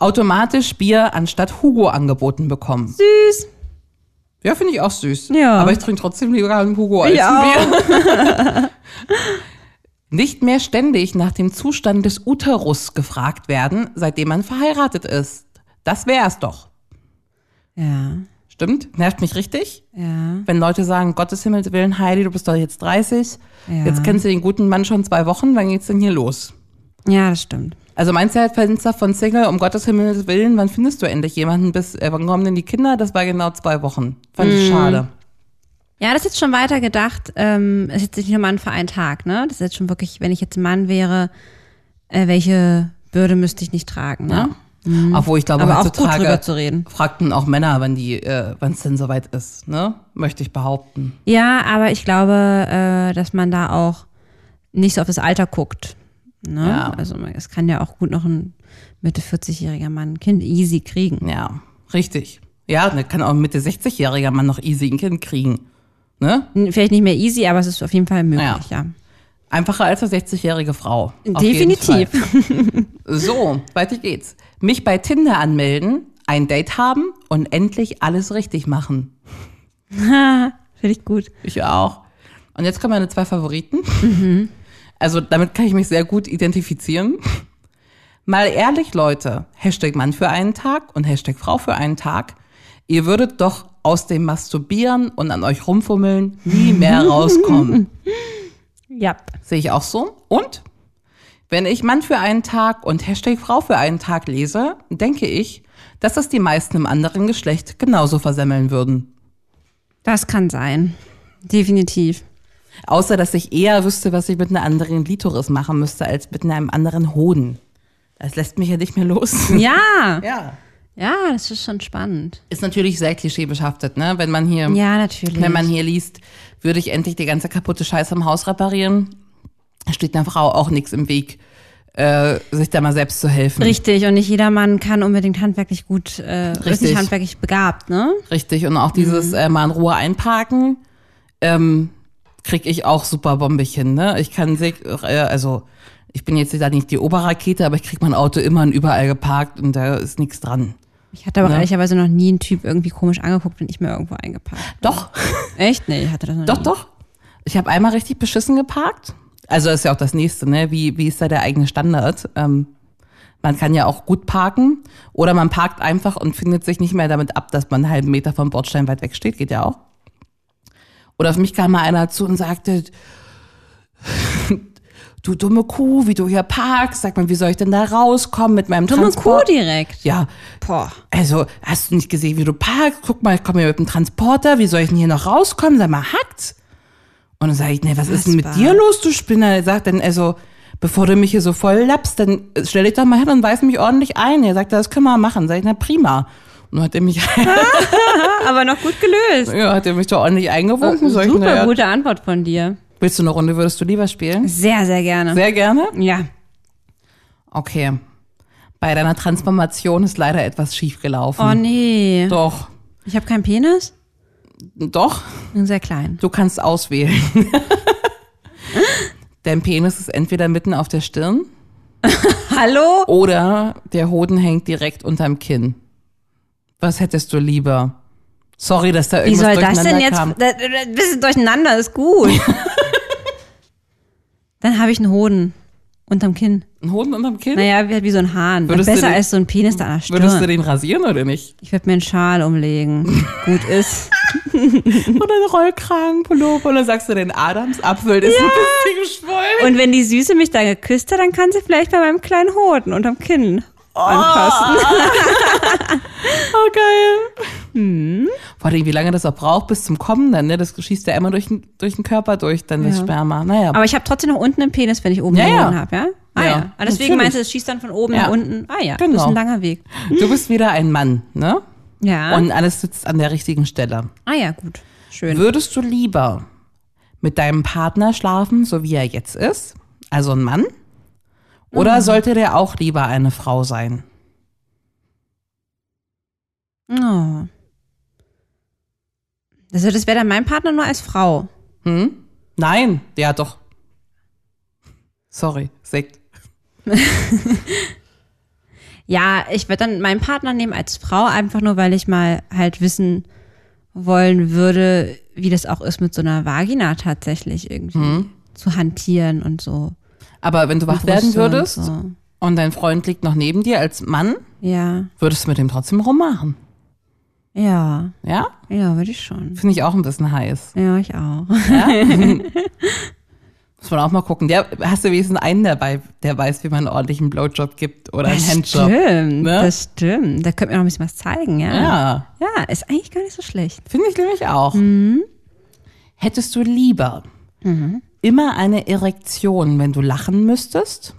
Speaker 1: Automatisch Bier anstatt Hugo angeboten bekommen.
Speaker 2: Süß.
Speaker 1: Ja, finde ich auch süß.
Speaker 2: Ja.
Speaker 1: Aber ich trinke trotzdem lieber einen Hugo als
Speaker 2: Ich
Speaker 1: ein Bier. nicht mehr ständig nach dem Zustand des Uterus gefragt werden, seitdem man verheiratet ist. Das wär's doch.
Speaker 2: Ja,
Speaker 1: Stimmt? Nervt mich richtig?
Speaker 2: ja,
Speaker 1: Wenn Leute sagen, Gottes Himmels Willen, Heidi, du bist doch jetzt 30,
Speaker 2: Ja.
Speaker 1: jetzt kennst du den guten Mann schon zwei Wochen, wann geht's denn hier los?
Speaker 2: ja, das stimmt.
Speaker 1: Also mein Zeitfenster von Single, um Gottes Himmels Willen, wann findest du endlich jemanden? Bis, äh, wann kommen denn die Kinder? Das war genau zwei Wochen. Fand
Speaker 2: Mhm.
Speaker 1: ich schade.
Speaker 2: Ja, das ist jetzt schon weiter gedacht. Ähm, ist jetzt nicht nur Mann für einen Tag, ne? Das ist jetzt schon wirklich, wenn ich jetzt ein Mann wäre, äh, welche Bürde müsste ich nicht tragen, ne?
Speaker 1: Obwohl ich glaube,
Speaker 2: Aber auch gut
Speaker 1: heutzutage
Speaker 2: drüber zu reden.
Speaker 1: fragten auch Männer, wann die, äh, wann es denn soweit ist, ne? Möchte ich behaupten.
Speaker 2: Ja, aber ich glaube, äh, dass man da auch nicht so auf das Alter guckt. Ne?
Speaker 1: Ja.
Speaker 2: Also man- es kann ja auch gut noch ein Mitte 40-jähriger Mann ein Kind easy kriegen.
Speaker 1: Ja, richtig. Ja, ne, kann auch ein Mitte 60-jähriger Mann noch easy ein Kind kriegen, ne?
Speaker 2: N- Vielleicht nicht mehr easy, aber es ist auf jeden Fall möglich, ja.
Speaker 1: Einfacher als eine 60-jährige Frau. Auf jeden
Speaker 2: Definitiv.
Speaker 1: Fall. So, weiter geht's. Mich bei Tinder anmelden, ein Date haben und endlich alles richtig machen.
Speaker 2: Finde ich gut.
Speaker 1: Ich auch. Und jetzt kommen meine zwei Favoriten. Also damit kann ich mich sehr gut identifizieren. Mal ehrlich, Leute. Hashtag Mann für einen Tag und Hashtag Frau für einen Tag. Ihr würdet doch aus dem Masturbieren und an euch rumfummeln nie mehr rauskommen.
Speaker 2: Ja.
Speaker 1: Sehe ich auch so. Und wenn ich Mann für einen Tag und Hashtag Frau für einen Tag lese, denke ich, dass das die meisten im anderen Geschlecht genauso versemmeln würden.
Speaker 2: Das kann sein. Definitiv.
Speaker 1: Außer, dass ich eher wüsste, was ich mit einer anderen Litoris machen müsste, als mit einem anderen Hoden. Das lässt mich ja nicht mehr los.
Speaker 2: Ja.
Speaker 1: Ja.
Speaker 2: Ja, das ist schon spannend.
Speaker 1: Ist natürlich sehr klischeebehaftet, ne? Wenn man hier,
Speaker 2: Ja, natürlich.
Speaker 1: wenn man hier liest, würde ich endlich die ganze kaputte Scheiße im Haus reparieren, steht einer Frau auch nichts im Weg, äh, sich da mal selbst zu helfen.
Speaker 2: Richtig, und nicht jedermann kann unbedingt handwerklich gut, äh, ist
Speaker 1: Richtig.
Speaker 2: nicht handwerklich begabt, ne?
Speaker 1: Richtig, und auch dieses äh, mal in Ruhe einparken, ähm, kriege ich auch super bombig hin. Ne? Ich kann, sich- äh, also ich bin jetzt da nicht die Oberrakete, aber ich kriege mein Auto immer und überall geparkt und da ist nichts dran.
Speaker 2: Ich hatte aber auch
Speaker 1: Ne?
Speaker 2: ehrlicherweise noch nie einen Typ irgendwie komisch angeguckt, wenn ich mir irgendwo eingepackt.
Speaker 1: Doch,
Speaker 2: Echt? Nee, ich hatte das noch
Speaker 1: doch,
Speaker 2: nie.
Speaker 1: doch. Ich habe einmal richtig beschissen geparkt. Also das ist ja auch das Nächste, ne? Wie, wie ist da der eigene Standard? Ähm, man kann ja auch gut parken oder man parkt einfach und findet sich nicht mehr damit ab, dass man einen halben Meter vom Bordstein weit weg steht. Geht ja auch. Oder auf mich kam mal einer zu und sagte, du dumme Kuh, wie du hier parkst, sag mal, wie soll ich denn da rauskommen mit meinem
Speaker 2: Dumme Kuh
Speaker 1: Transport?
Speaker 2: direkt.
Speaker 1: Ja,
Speaker 2: Boah.
Speaker 1: also, hast du nicht gesehen, wie du parkst? Guck mal, ich komme hier mit dem Transporter. Wie soll ich denn hier noch rauskommen? Sag mal, hackt's? Und dann sage ich, ne, was ist denn mit
Speaker 2: Unfassbar.
Speaker 1: dir los, du Spinner? Er sagt dann, also, bevor du mich hier so voll lappst, dann stell dich doch mal hin und weise mich ordentlich ein. Er sagt, das können wir machen. Sag ich, na prima. Und dann hat er mich,
Speaker 2: Aber noch gut gelöst.
Speaker 1: ja, hat er mich doch ordentlich eingewunken. Sag ich,
Speaker 2: Äh, Super
Speaker 1: na ja,
Speaker 2: gute Antwort von dir.
Speaker 1: willst du eine Runde, würdest du lieber spielen?
Speaker 2: Sehr, sehr gerne.
Speaker 1: Sehr gerne.
Speaker 2: ja.
Speaker 1: Okay. Bei deiner Transformation ist leider etwas schief gelaufen.
Speaker 2: Oh nee.
Speaker 1: Doch,
Speaker 2: Ich habe keinen Penis?
Speaker 1: doch.
Speaker 2: Bin sehr klein.
Speaker 1: Du kannst auswählen. Dein Penis ist entweder mitten auf der Stirn
Speaker 2: Hallo?
Speaker 1: oder der Hoden hängt direkt unterm Kinn. Was hättest du lieber? Sorry, dass da
Speaker 2: Wie
Speaker 1: irgendwas
Speaker 2: soll das
Speaker 1: durcheinander
Speaker 2: denn jetzt?
Speaker 1: kam.
Speaker 2: Da- da- da- Ein bisschen durcheinander ist gut. Dann habe ich einen Hoden unterm Kinn.
Speaker 1: Ein Hoden unterm Kinn?
Speaker 2: Naja, wie, wie so ein Hahn.
Speaker 1: Würdest du
Speaker 2: Besser
Speaker 1: den-
Speaker 2: als so ein Penis da an der Stirn.
Speaker 1: Würdest du den rasieren oder nicht?
Speaker 2: Ich würde mir einen Schal umlegen. Gut ist.
Speaker 1: Oder einen Rollkragenpullover oder sagst du den Adamsapfel, der ist ein bisschen geschwollen.
Speaker 2: Und wenn die Süße mich da geküsst hat, dann kann sie vielleicht bei meinem kleinen Hoden unterm Kinn anpassen.
Speaker 1: Oh, geil. Hm. Vor allem, wie lange das auch braucht bis zum Kommen dann, ne? Das schießt ja immer durch den, durch den Körper durch, dann das
Speaker 2: Ja.
Speaker 1: Sperma. Naja,
Speaker 2: Aber ich habe trotzdem noch unten einen Penis, wenn ich oben
Speaker 1: Ja,
Speaker 2: einen
Speaker 1: ja.
Speaker 2: Hoden habe, ja? Ah
Speaker 1: Ja,
Speaker 2: ja. Ah, deswegen
Speaker 1: natürlich.
Speaker 2: meinst du, es schießt dann von oben
Speaker 1: Ja.
Speaker 2: nach unten. Ah ja, das
Speaker 1: Genau.
Speaker 2: ist ein langer Weg.
Speaker 1: du bist wieder ein Mann, ne?
Speaker 2: Ja.
Speaker 1: Und alles sitzt an der richtigen Stelle.
Speaker 2: ah ja, gut. Schön.
Speaker 1: Würdest du lieber mit deinem Partner schlafen, so wie er jetzt ist, also ein Mann? Oder
Speaker 2: Mhm.
Speaker 1: sollte der auch lieber eine Frau sein?
Speaker 2: Oh. Also das wäre dann mein Partner nur als Frau.
Speaker 1: Hm? Nein, ja doch. Sorry, Sekt.
Speaker 2: Ja, ich würde dann meinen Partner nehmen als Frau, einfach nur, weil ich mal halt wissen wollen würde, wie das auch ist, mit so einer Vagina tatsächlich irgendwie zu hantieren und so.
Speaker 1: Aber wenn du wach
Speaker 2: Brüste
Speaker 1: Mhm. werden
Speaker 2: und
Speaker 1: würdest
Speaker 2: so.
Speaker 1: und dein Freund liegt noch neben dir als Mann,
Speaker 2: Ja,
Speaker 1: würdest du mit dem trotzdem rummachen.
Speaker 2: ja,
Speaker 1: Ja?
Speaker 2: ja, würde ich schon.
Speaker 1: Finde ich auch ein bisschen heiß.
Speaker 2: Ja, ich auch.
Speaker 1: Muss man auch mal gucken. Der, hast du wenigstens einen dabei, der weiß, wie man einen ordentlichen Blowjob gibt oder einen
Speaker 2: Das
Speaker 1: Handjob.
Speaker 2: stimmt,
Speaker 1: ne?
Speaker 2: das stimmt. Da könnt ihr noch ein bisschen was zeigen, ja.
Speaker 1: Ja,
Speaker 2: Ja, ist eigentlich gar nicht so schlecht.
Speaker 1: finde ich nämlich auch.
Speaker 2: Mhm.
Speaker 1: Hättest du lieber immer eine Erektion, wenn du lachen müsstest?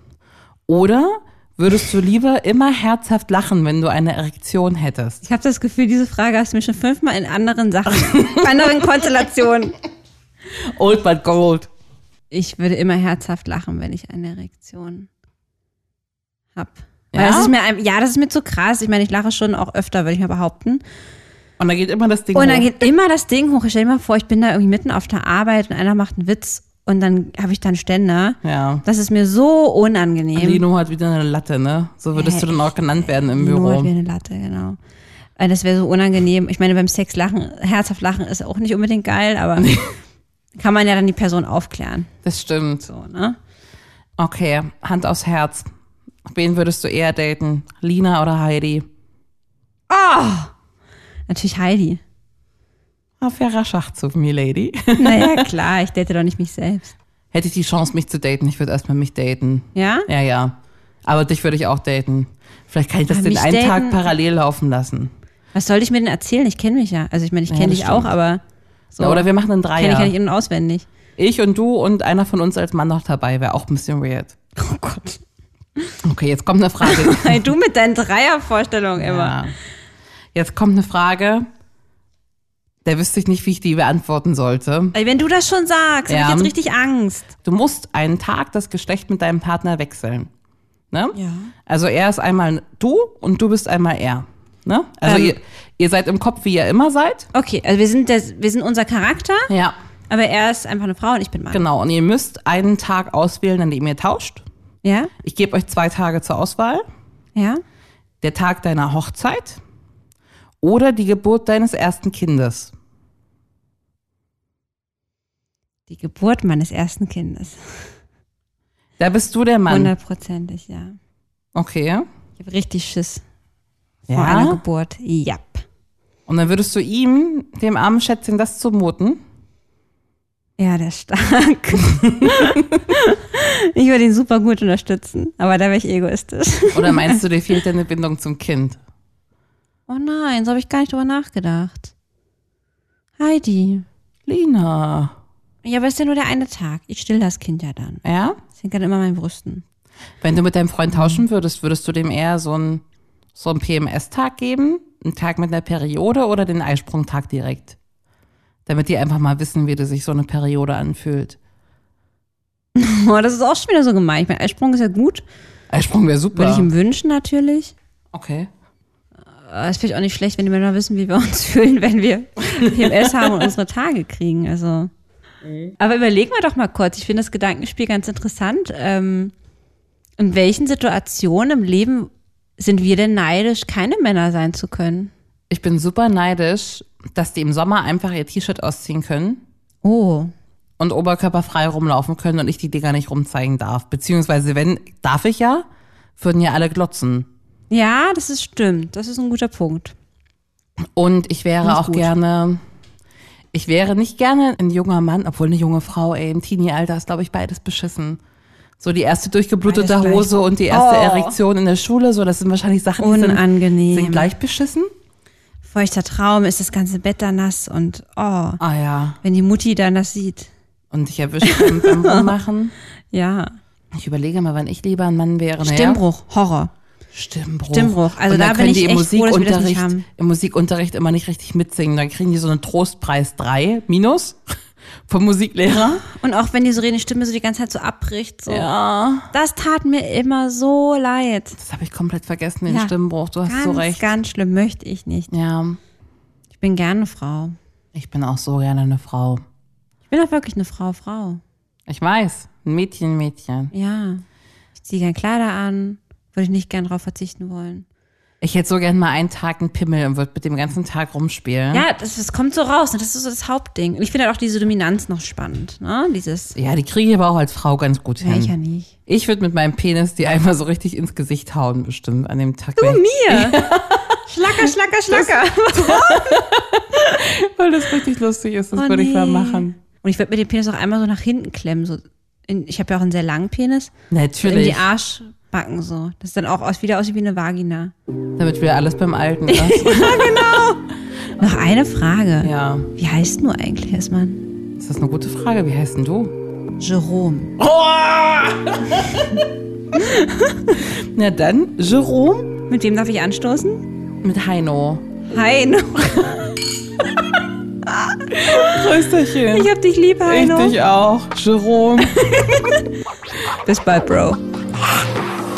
Speaker 1: Oder würdest du lieber immer herzhaft lachen, wenn du eine Erektion hättest?
Speaker 2: Ich habe das Gefühl, diese Frage hast du mir schon fünfmal in anderen Sachen, in anderen Konstellationen.
Speaker 1: Old but gold.
Speaker 2: Ich würde immer herzhaft lachen, wenn ich eine Erektion hab. Weil
Speaker 1: Ja?
Speaker 2: Das ist mir ein, ja, das ist mir zu krass. Ich meine, ich lache schon auch öfter, würde ich mal behaupten.
Speaker 1: Und da geht immer das Ding
Speaker 2: Und dann
Speaker 1: hoch.
Speaker 2: geht immer das Ding hoch. Ich stell mir mal vor, ich bin da irgendwie mitten auf der Arbeit und einer macht einen Witz und dann habe ich dann Ständer.
Speaker 1: Ja.
Speaker 2: Das ist mir so unangenehm.
Speaker 1: Lino hat wieder eine Latte, ne? So würdest du dann auch genannt werden im
Speaker 2: Nur
Speaker 1: Büro.
Speaker 2: halt wie eine Latte, genau. Äh, Das wäre so unangenehm. Ich meine, beim Sex lachen, herzhaft lachen ist auch nicht unbedingt geil, aber kann man ja dann die Person aufklären.
Speaker 1: Das stimmt.
Speaker 2: So, ne?
Speaker 1: Okay, Hand aufs Herz. Wen würdest du eher daten? Lina oder Heidi?
Speaker 2: Natürlich Heidi.
Speaker 1: Auf fairer Schachzug, Milady.
Speaker 2: Naja, klar, ich date doch nicht mich selbst.
Speaker 1: Hätte ich die Chance, mich zu daten, ich würde erstmal mich daten.
Speaker 2: Ja?
Speaker 1: Ja, ja. Aber dich würde ich auch daten. Vielleicht kann ich das
Speaker 2: Ah,
Speaker 1: den
Speaker 2: mich
Speaker 1: einen Tag
Speaker 2: daten?
Speaker 1: parallel laufen lassen.
Speaker 2: Was soll ich mir denn erzählen? Ich kenne mich ja. Also ich meine, ich kenne
Speaker 1: das
Speaker 2: dich auch,
Speaker 1: stimmt.
Speaker 2: aber so
Speaker 1: Na, Oder wir machen einen
Speaker 2: kenne
Speaker 1: Dreier.
Speaker 2: ich ja nicht in- und auswendig.
Speaker 1: ich und du und einer von uns als Mann noch dabei wäre auch ein bisschen weird.
Speaker 2: Oh Gott.
Speaker 1: Okay, jetzt kommt eine Frage.
Speaker 2: Hey, du mit deinen Dreiervorstellungen immer.
Speaker 1: Ja. Jetzt kommt eine Frage, da wüsste ich nicht, wie ich die beantworten sollte.
Speaker 2: Ey, Wenn du das schon sagst,
Speaker 1: Ja.
Speaker 2: habe ich jetzt richtig Angst.
Speaker 1: Du musst einen Tag das Geschlecht mit deinem Partner wechseln. Ne?
Speaker 2: Ja.
Speaker 1: Also er ist einmal du und du bist einmal er. Ne? Also
Speaker 2: Ähm.
Speaker 1: ihr, ihr seid im Kopf, wie ihr immer seid.
Speaker 2: Okay, also wir sind, das, wir sind unser Charakter,
Speaker 1: Ja.
Speaker 2: aber er ist einfach eine Frau und ich bin Mann.
Speaker 1: Genau, und ihr müsst einen Tag auswählen, an dem ihr tauscht.
Speaker 2: Ja?
Speaker 1: Ich gebe euch zwei Tage zur Auswahl.
Speaker 2: Ja?
Speaker 1: Der Tag deiner Hochzeit oder die Geburt deines ersten Kindes.
Speaker 2: Die Geburt meines ersten Kindes.
Speaker 1: Da bist du der Mann.
Speaker 2: Hundertprozentig, ja.
Speaker 1: Okay.
Speaker 2: Ich habe richtig Schiss vor einer
Speaker 1: Ja.
Speaker 2: Geburt. Ja.
Speaker 1: Und dann würdest du ihm, dem armen Schätzchen, das zumuten.
Speaker 2: Ja, der ist stark. ich würde ihn super gut unterstützen, aber da wäre ich egoistisch.
Speaker 1: Oder meinst du, dir fehlt deine Bindung zum Kind?
Speaker 2: Oh nein, so habe ich gar nicht drüber nachgedacht. Heidi.
Speaker 1: Lina.
Speaker 2: Ja, aber ist ja nur der eine Tag. Ich still das Kind ja dann.
Speaker 1: Ja?
Speaker 2: Das hängt dann immer an meinen Brüsten.
Speaker 1: Wenn du mit deinem Freund tauschen würdest, würdest du dem eher so einen so einen PMS-Tag geben? Einen Tag mit einer Periode oder den Eisprungtag direkt? Damit die einfach mal wissen, wie sich so eine Periode anfühlt.
Speaker 2: Boah, das ist auch schon wieder so gemein. Ich meine, Eisprung ist ja gut.
Speaker 1: Eisprung wäre
Speaker 2: Würde ich
Speaker 1: super.
Speaker 2: ihm wünschen natürlich.
Speaker 1: Okay.
Speaker 2: Aber Es ist vielleicht auch nicht schlecht, wenn die Männer wissen, wie wir uns fühlen, wenn wir PMS haben und unsere Tage kriegen. Also. Aber überlegen wir doch mal kurz. Ich finde das Gedankenspiel ganz interessant. Ähm, in welchen Situationen im Leben sind wir denn neidisch, keine Männer sein zu können?
Speaker 1: Ich bin super neidisch, dass die im Sommer einfach ihr T-Shirt ausziehen können
Speaker 2: Oh,
Speaker 1: und oberkörperfrei rumlaufen können und ich die Dinger nicht rumzeigen darf. Beziehungsweise, wenn, darf ich ja, würden ja alle glotzen.
Speaker 2: ja, das ist stimmt. Das ist ein guter Punkt.
Speaker 1: Und ich wäre
Speaker 2: Finde ich
Speaker 1: auch
Speaker 2: gut.
Speaker 1: gerne, ich wäre nicht gerne ein junger Mann, obwohl eine junge Frau, ey, im Teenie-Alter ist, glaube ich, beides beschissen. So die erste durchgeblutete
Speaker 2: Beides gleich.
Speaker 1: Hose und die erste
Speaker 2: Oh.
Speaker 1: Erektion in der Schule, so das sind wahrscheinlich Sachen, die sind, sind
Speaker 2: Unangenehm.
Speaker 1: gleich beschissen.
Speaker 2: Feuchter Traum ist das ganze Bett da nass und oh,
Speaker 1: Ah ja,
Speaker 2: wenn die Mutti dann das sieht.
Speaker 1: und ich erwische beim, beim Rummachen.
Speaker 2: Ja.
Speaker 1: Ich überlege mal, wann ich lieber ein Mann wäre. Naja,
Speaker 2: Stimmbruch, Horror.
Speaker 1: Stimmbruch.
Speaker 2: Stimmbruch. Also
Speaker 1: und dann
Speaker 2: da bin
Speaker 1: können
Speaker 2: ich
Speaker 1: die im
Speaker 2: echt froh, dass wir das nicht
Speaker 1: Musikunterricht,
Speaker 2: haben.
Speaker 1: im Musikunterricht immer nicht richtig mitsingen. Dann kriegen die so einen Trostpreis 3 minus vom Musiklehrer.
Speaker 2: Und auch wenn die so reden, die Stimme so die ganze Zeit so abbricht. So.
Speaker 1: Ja.
Speaker 2: Das tat mir immer so leid.
Speaker 1: Das habe ich komplett vergessen, den
Speaker 2: Ja.
Speaker 1: Stimmbruch. Du hast
Speaker 2: Ganz,
Speaker 1: so recht.
Speaker 2: ganz schlimm möchte ich nicht.
Speaker 1: Ja,
Speaker 2: Ich bin gerne Frau.
Speaker 1: ich bin auch so gerne eine Frau.
Speaker 2: Ich bin auch wirklich eine Frau, Frau.
Speaker 1: Ich weiß, ein Mädchen, Mädchen.
Speaker 2: Ja. Ich ziehe gern Kleider an. Würde ich nicht gern drauf verzichten wollen.
Speaker 1: Ich hätte so gern mal einen Tag einen Pimmel und würde mit dem ganzen Tag rumspielen.
Speaker 2: Ja, das, das kommt so raus. ne? Das ist so das Hauptding. Und ich finde halt auch diese Dominanz noch spannend. Ne? Dieses,
Speaker 1: Ja, die kriege ich aber auch als Frau ganz gut hin.
Speaker 2: Ja, ich ja nicht.
Speaker 1: Ich würde mit meinem Penis die einmal so richtig ins Gesicht hauen, bestimmt an dem Tag.
Speaker 2: du
Speaker 1: wenn ich-
Speaker 2: mir. Schlacker, schlacker, schlacker.
Speaker 1: Weil das richtig lustig ist, das
Speaker 2: Oh,
Speaker 1: würde ich mal
Speaker 2: nee.
Speaker 1: machen.
Speaker 2: Und ich würde mir den Penis auch einmal so nach hinten klemmen. So in, ich habe ja auch einen sehr langen Penis. So in
Speaker 1: Natürlich,
Speaker 2: die Arschbacken so. Das dann auch aus, wieder aussieht wie eine Vagina.
Speaker 1: damit wir alles beim Alten ist.
Speaker 2: Noch eine Frage.
Speaker 1: ja,
Speaker 2: Wie heißt du eigentlich erstmal?
Speaker 1: das ist eine gute Frage. Wie heißt denn du?
Speaker 2: Jerome.
Speaker 1: Na dann, Jerome
Speaker 2: Mit wem darf ich anstoßen?
Speaker 1: mit Heino.
Speaker 2: Heino.
Speaker 1: Prösterchen.
Speaker 2: Ich hab dich lieb,
Speaker 1: Ich
Speaker 2: Heino.
Speaker 1: dich auch. Jerome.
Speaker 2: Bis bald, Bro.